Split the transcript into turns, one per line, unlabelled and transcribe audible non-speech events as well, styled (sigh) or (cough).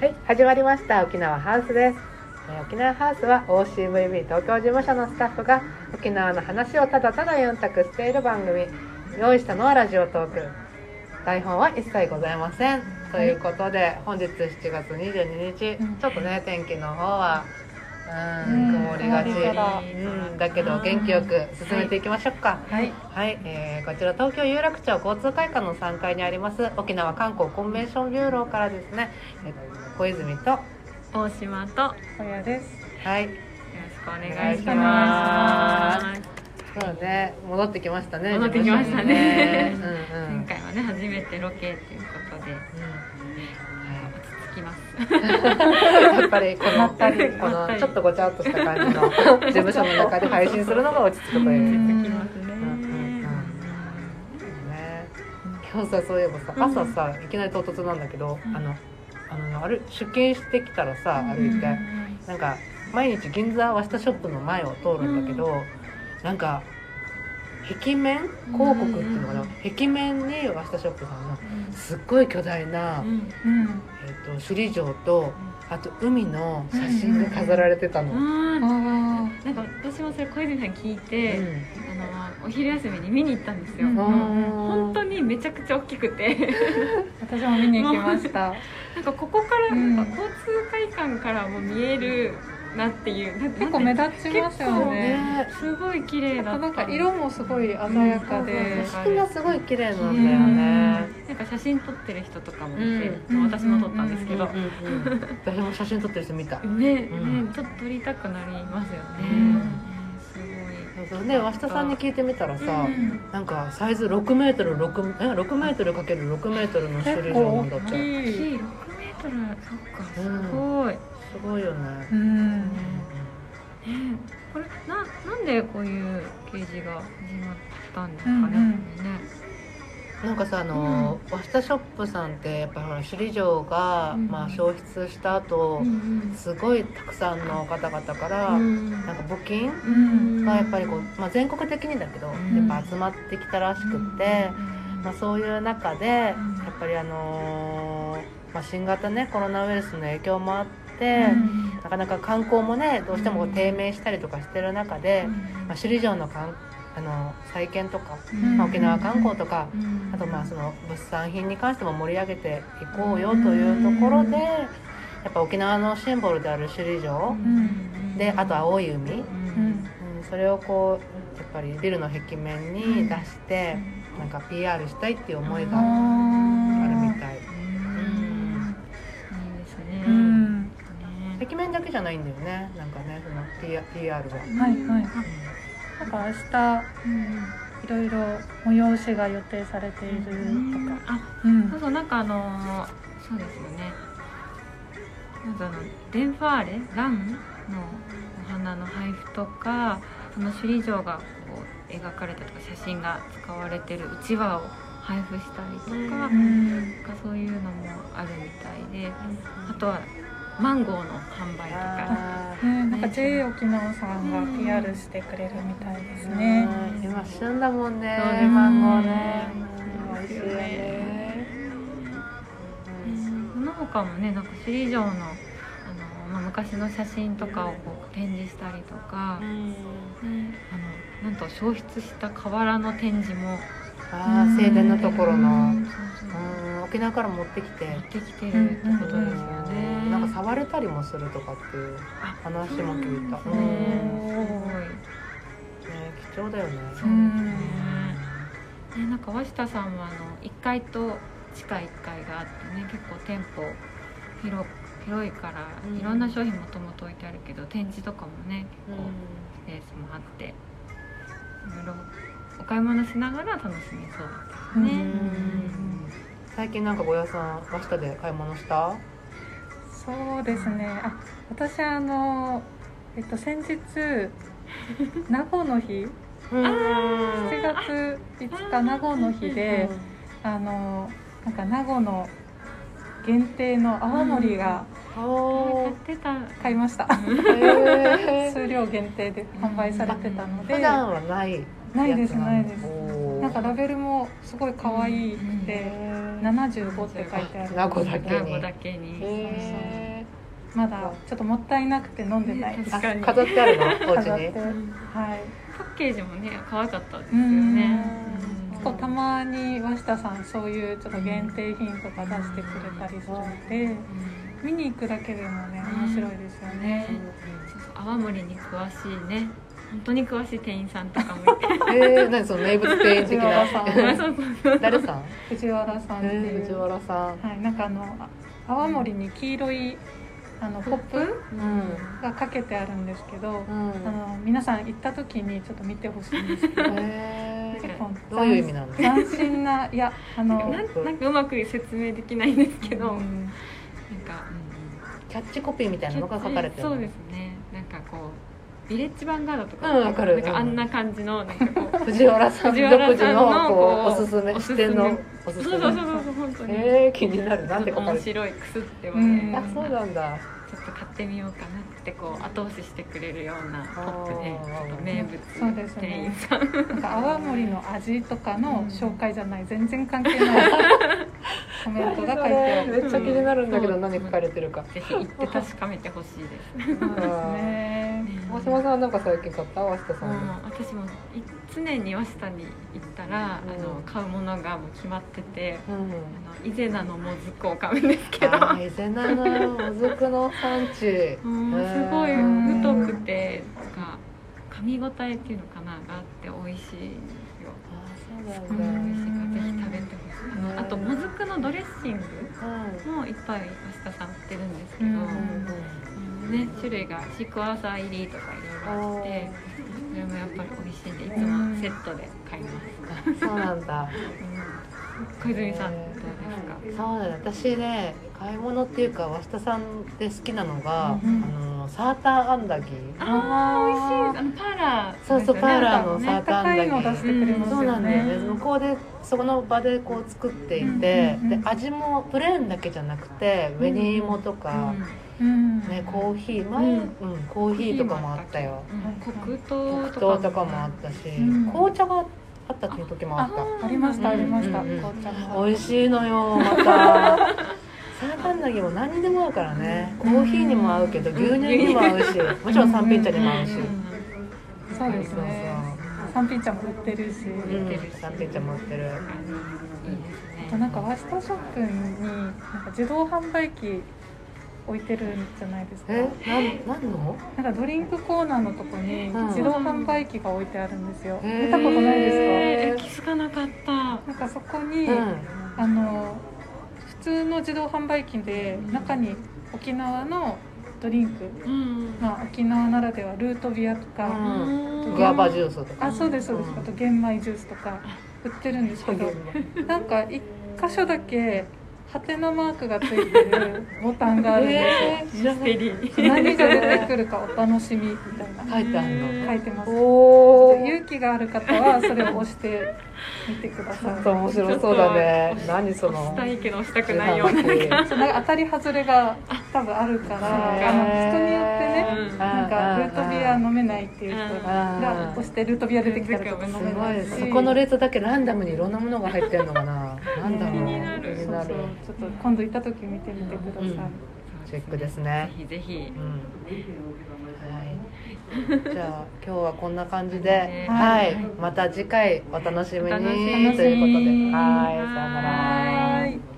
はい、始まりました沖縄ハウスです、えー沖縄ハウスは OCVB 東京事務所のスタッフが沖縄の話をただただ4択している番組用意したのはラジオトーク台本は一切ございませんということで、本日7月22日、
うん
ちょっとね天気の方はう
うんん
曇りがち、
曇りから
うん、だけど元気よく進めていきましょうか、
はい。
はい、えーこちら東京有楽町交通会館の3階にあります沖縄観光コンベンションビューローからですね、えー小泉と
大島とよ
小屋です。
はい
ろしくお願いし
お願
ます。
そうね戻ってきましたね
戻ってきましたね
事務所にねうんうん
前回はね初めてロケっていうことで落ち着きます。
うんはいやっぱりこの
まったり
こ
まった
の
り
ちょっとごちゃっとした感じの事務所の中で配信するのが落ち着くというね
ん
ね
今日さそういえばさ朝さいきなり唐突なんだけど、
うん
あのあのあれ出勤してきたらさ
うん
歩いて。なんか毎日銀座ワスタショップの前を通るんだけど、なんか壁面広告っていうのかな、
うん
壁面にワスタショップさんのすっごい巨大な、
うん。
えっと首里城とあと海の写真が飾られてたの。
あ
あ
ーなんか私もそれ小泉さん聞いて、
う
あのお昼休みに見に行ったんですよ。
う
ん
ん
本当にめちゃくちゃ大きくて、 (laughs)
あ、私も見に行きました。
なんかここから
うん
なんか交通会館からも見えるなっていう。なん
結構目立ちますよね。
ね
すごい綺麗だった。
なんか色もすごい鮮やかで
写。真がすごい綺麗なんだよね。
なんか写真撮ってる人とかもいて、
うん
私も撮ったんですけど、
うんうんうん私も写真撮ってる人見た。
ね
うん
ねちょっと撮りたくなりますよね、
うん
すごい
そうね、鷲田さんに聞いてみたらさ、
うん
なんかサイズ6メートル6え6メートルかける6メートルの種類
結
な
構
んだっ
大
て
き
す
い。
木6メートルそっかすごい、ね
ごいよね
う、ん。
これななんでこういう掲示が始まったんですか
う
ね、
んうん
ね
なんかさあの鷲田ショップさんってやっぱほら首里城が、
うん
まあ、消失した後、すごいたくさんの方々から、なんか募金
うん。
がやっぱりこう、まあ、全国的にだけど、
ん
やっぱ集まってきたらしくって、まあ、そういう中でやっぱりあのーまあ、新型ねコロナウイルスの影響もあって。
うん
なかなか観光もねどうしても低迷したりとかしてる中で、まあ、首里城のかんあの再建とか、まあ、沖縄観光とか、あとまあその物産品に関しても盛り上げていこうよというところで、
うん
やっぱ沖縄のシンボルである首里城、
ん
であと青い海、うん
うん。
それをこうやっぱりビルの壁面に出して、なんか PR したいっていう思い
あ
があるみ
あ。
たい、
いいですね、
うん。
ね
壁面だけじゃないんだよねなんかねその PR, PR が。
はいはい。なんか明日いろいろ催しが予定されているとか。
あ
うん
そうそうなんかあのーそうですよねなんかあのデンファーレランのお花の配布とかその首里城がこう描かれたとか写真が使われてるうちわを配布したりとか,、
うん
なん
う
か
ん。
そういうのもあるみたいであとはマンゴーの販売とか
あー
ね、なんか J 沖縄さんが PR してくれるみたいですね。
うん今旬だもんね
そうです
マンゴーね
うん
美味しいよね
その他もねなんか首里城のあの、まあ、昔の写真とかをこう展示したりとか。あのなんと消失した瓦の展示も
ああ正殿のところの
そうそう
うん沖縄から持ってきて
持ってきてるってことですよね。
なんか触れたりもするとかっていう話も聞いた
そうなんですね
うん
うんね貴重だよね
す
う
ごい。
ん
そうね。なんか鷲田さんはあの一階と地下一階があってね結構店舗広広いから
うん
いろんな商品もともと置いてあるけど展示とかもね
う
結
ん
構スペースもあっていろいろお買い物しながら楽しめそうです
う
ね。
うん最近なんか小屋さん和下で買い物した
そうですね。あ、私あのえっと先日名護の日、
うん
7月5日名護の日で、あのなんか名護の限定の泡盛が
買
お
ってた。
買いました。
ー
数量限定で販売されてたので
普、段はない
ないですないです。
な
なんかラベルもすごい可愛い
うん
で、
へ
75って書いてある
名護だけ
名護
に
だけに、
へー
まだちょっともったいなくて飲んでない
確
あ
かに
飾ってあるのお
飾っ
家に
てはい
パッケージもね可愛かったですよね
うん
結構たまに和下さんそういうちょっと限定品とか出してくれたりするので
うん
見に行くだけでもね面白いですよね
ねそうそう泡盛に詳しいね本当に詳しい店員さんとかもいて
えー、何その名物店員的な
藤原
そう
さ
そう
誰さん、
ん藤原さんって
えー、
い
藤
う
原さん
はいなんかあのあ泡盛に黄色いあのポップ
(laughs) うん
がかけてあるんですけど
うん
あの皆さん行った時にちょっと見てほしいんですけど
え
結
ー、
構
どういう意味なの
斬新ないやあの
なんなんかうまく説明できないんですけど、
う
なん
ん
か、
キャッチコピーみたいなのが書かれてるの
そうですねなんかこうビレッジヴァンガードとか,、
うんわかる
なんかあんな感じのなんかこ
(laughs)
う
藤原さん
藤
独
原
自
さんの
のこう
こう
おすすめ
おすす
視
め
点のおす
そう
す
そ
め
うそうそう本当に、
えー、気になるなんて
ちょ
書
っと
かれ
面
てる
白いくすってはね、
うん
あそうなんだ
ちょっと買ってみようかなってこう後押ししてくれるようなポ
あー
ップでちょっと名物
そうですね
店員さん、
なんか泡盛の味とかの紹介じゃない、全然関係 (laughs) ないコメントが書いて
め
ある。
っちゃ気になるんだけど
うん
何書かれてるか
ぜひ行って確かめてほしいです。
そうですね。
大島さんはなんか最近買った大下さ
うんん
に、
私もい常に和下に行ったら、
うん
あの買うものがもう決まってて、
うん
あの伊勢名のもずくを買うんですけど、 (laughs)
あー伊勢菜のもずくの産地
うん
へー
すごい太くてなんか噛み応えっていうのかながあって美味しいんですよ。
あー
う
そうなん
ん、
だ
美味しいからぜひ食べてほしい。あ
うん
のあともずくのドレッシン
うん
グもいっぱい明日さん売ってるんですけど、
うん
うんね種類がシークワーサー入りとかいろいろあって、それもやっぱり美味しいんでいつもセットで買います。
そうなんだ
うん小泉さんどうですか？
そうだね私ね買い物っていうか和下さんで好きなのが、
うん
あのサーターアンダギー
ああ美味しいです。あのパーラーですよね、
そうそうパーラーの
ね
さ
高いの出してくれますよね。
そうなんだよね
うん
向こうでそこの場でこう作っていて、
うんうんうん
で味もプレーンだけじゃなくて
んうん
紅芋とか、
うん。
ね、コーヒー前、
う
うんんコーヒーとかもあったよ
うん黒糖とか
黒糖とかもあったし、
ん
紅茶があったっていう時もあった
ありましたありました。
うんうんうん
紅茶も。
美味しいのよまた
(laughs)
サーターアンダギーも何にでも合うからねコーヒーにも合うけど牛乳にも合うしもちろん三品茶にも合うし、
うん
そうですね。三品茶も売ってるし。
そうそう、うん、三品茶も売ってる
いいですね
あとなんかワストショップになんか自動販売機置いてるんじゃないですか。
えなんなんの
なんかドリンクコーナーのとこに
うん
自動販売機が置いてあるんですよ。
へー
見たことないで
えー気づかなかった
すか？なんかそこに、
うん
あの普通の自動販売機で中に沖縄のドリンク、
うん
まあ沖縄ならではルートビアと
う
か、
ん
うん
グアバジュースとか
あそうですそうです。
うん
あと玄米ジュースとか売ってるんですけど、なんか一箇所だけハテナマークがついてるボタンがあるんで
えー
ミ
知ら
ス
ない
テリー
すよ。何が出てくるかお楽しみみたいな
書いてある
書いてます。
のおお
勇気がある方はそれを押してみてくだ
ちょ
さ
っと
い。そ
面白そうだね
ちょっと
何そ
押
の
したいけど押したくないような
うなんか当たり外れが多分あるから、あの人によってね、
うん
なんかルートビア飲めないっていう人が
が
押してルートビア出てきたらちょっと飲
す
め
ご
ない
い
し、
そこの列だけランダムにいろんなものが入ってるのかななんだろう
気になる
気
そう
に
そ
な
う
る
ちょっと今度行った時見てみてください。
チェックですね
ぜひぜひ
うんはい、じゃあ今日はこんな感じで、
ね
はい、また次回お楽しみにと
お楽しみ
いうことで、
に
はい、さようなら。
は
はい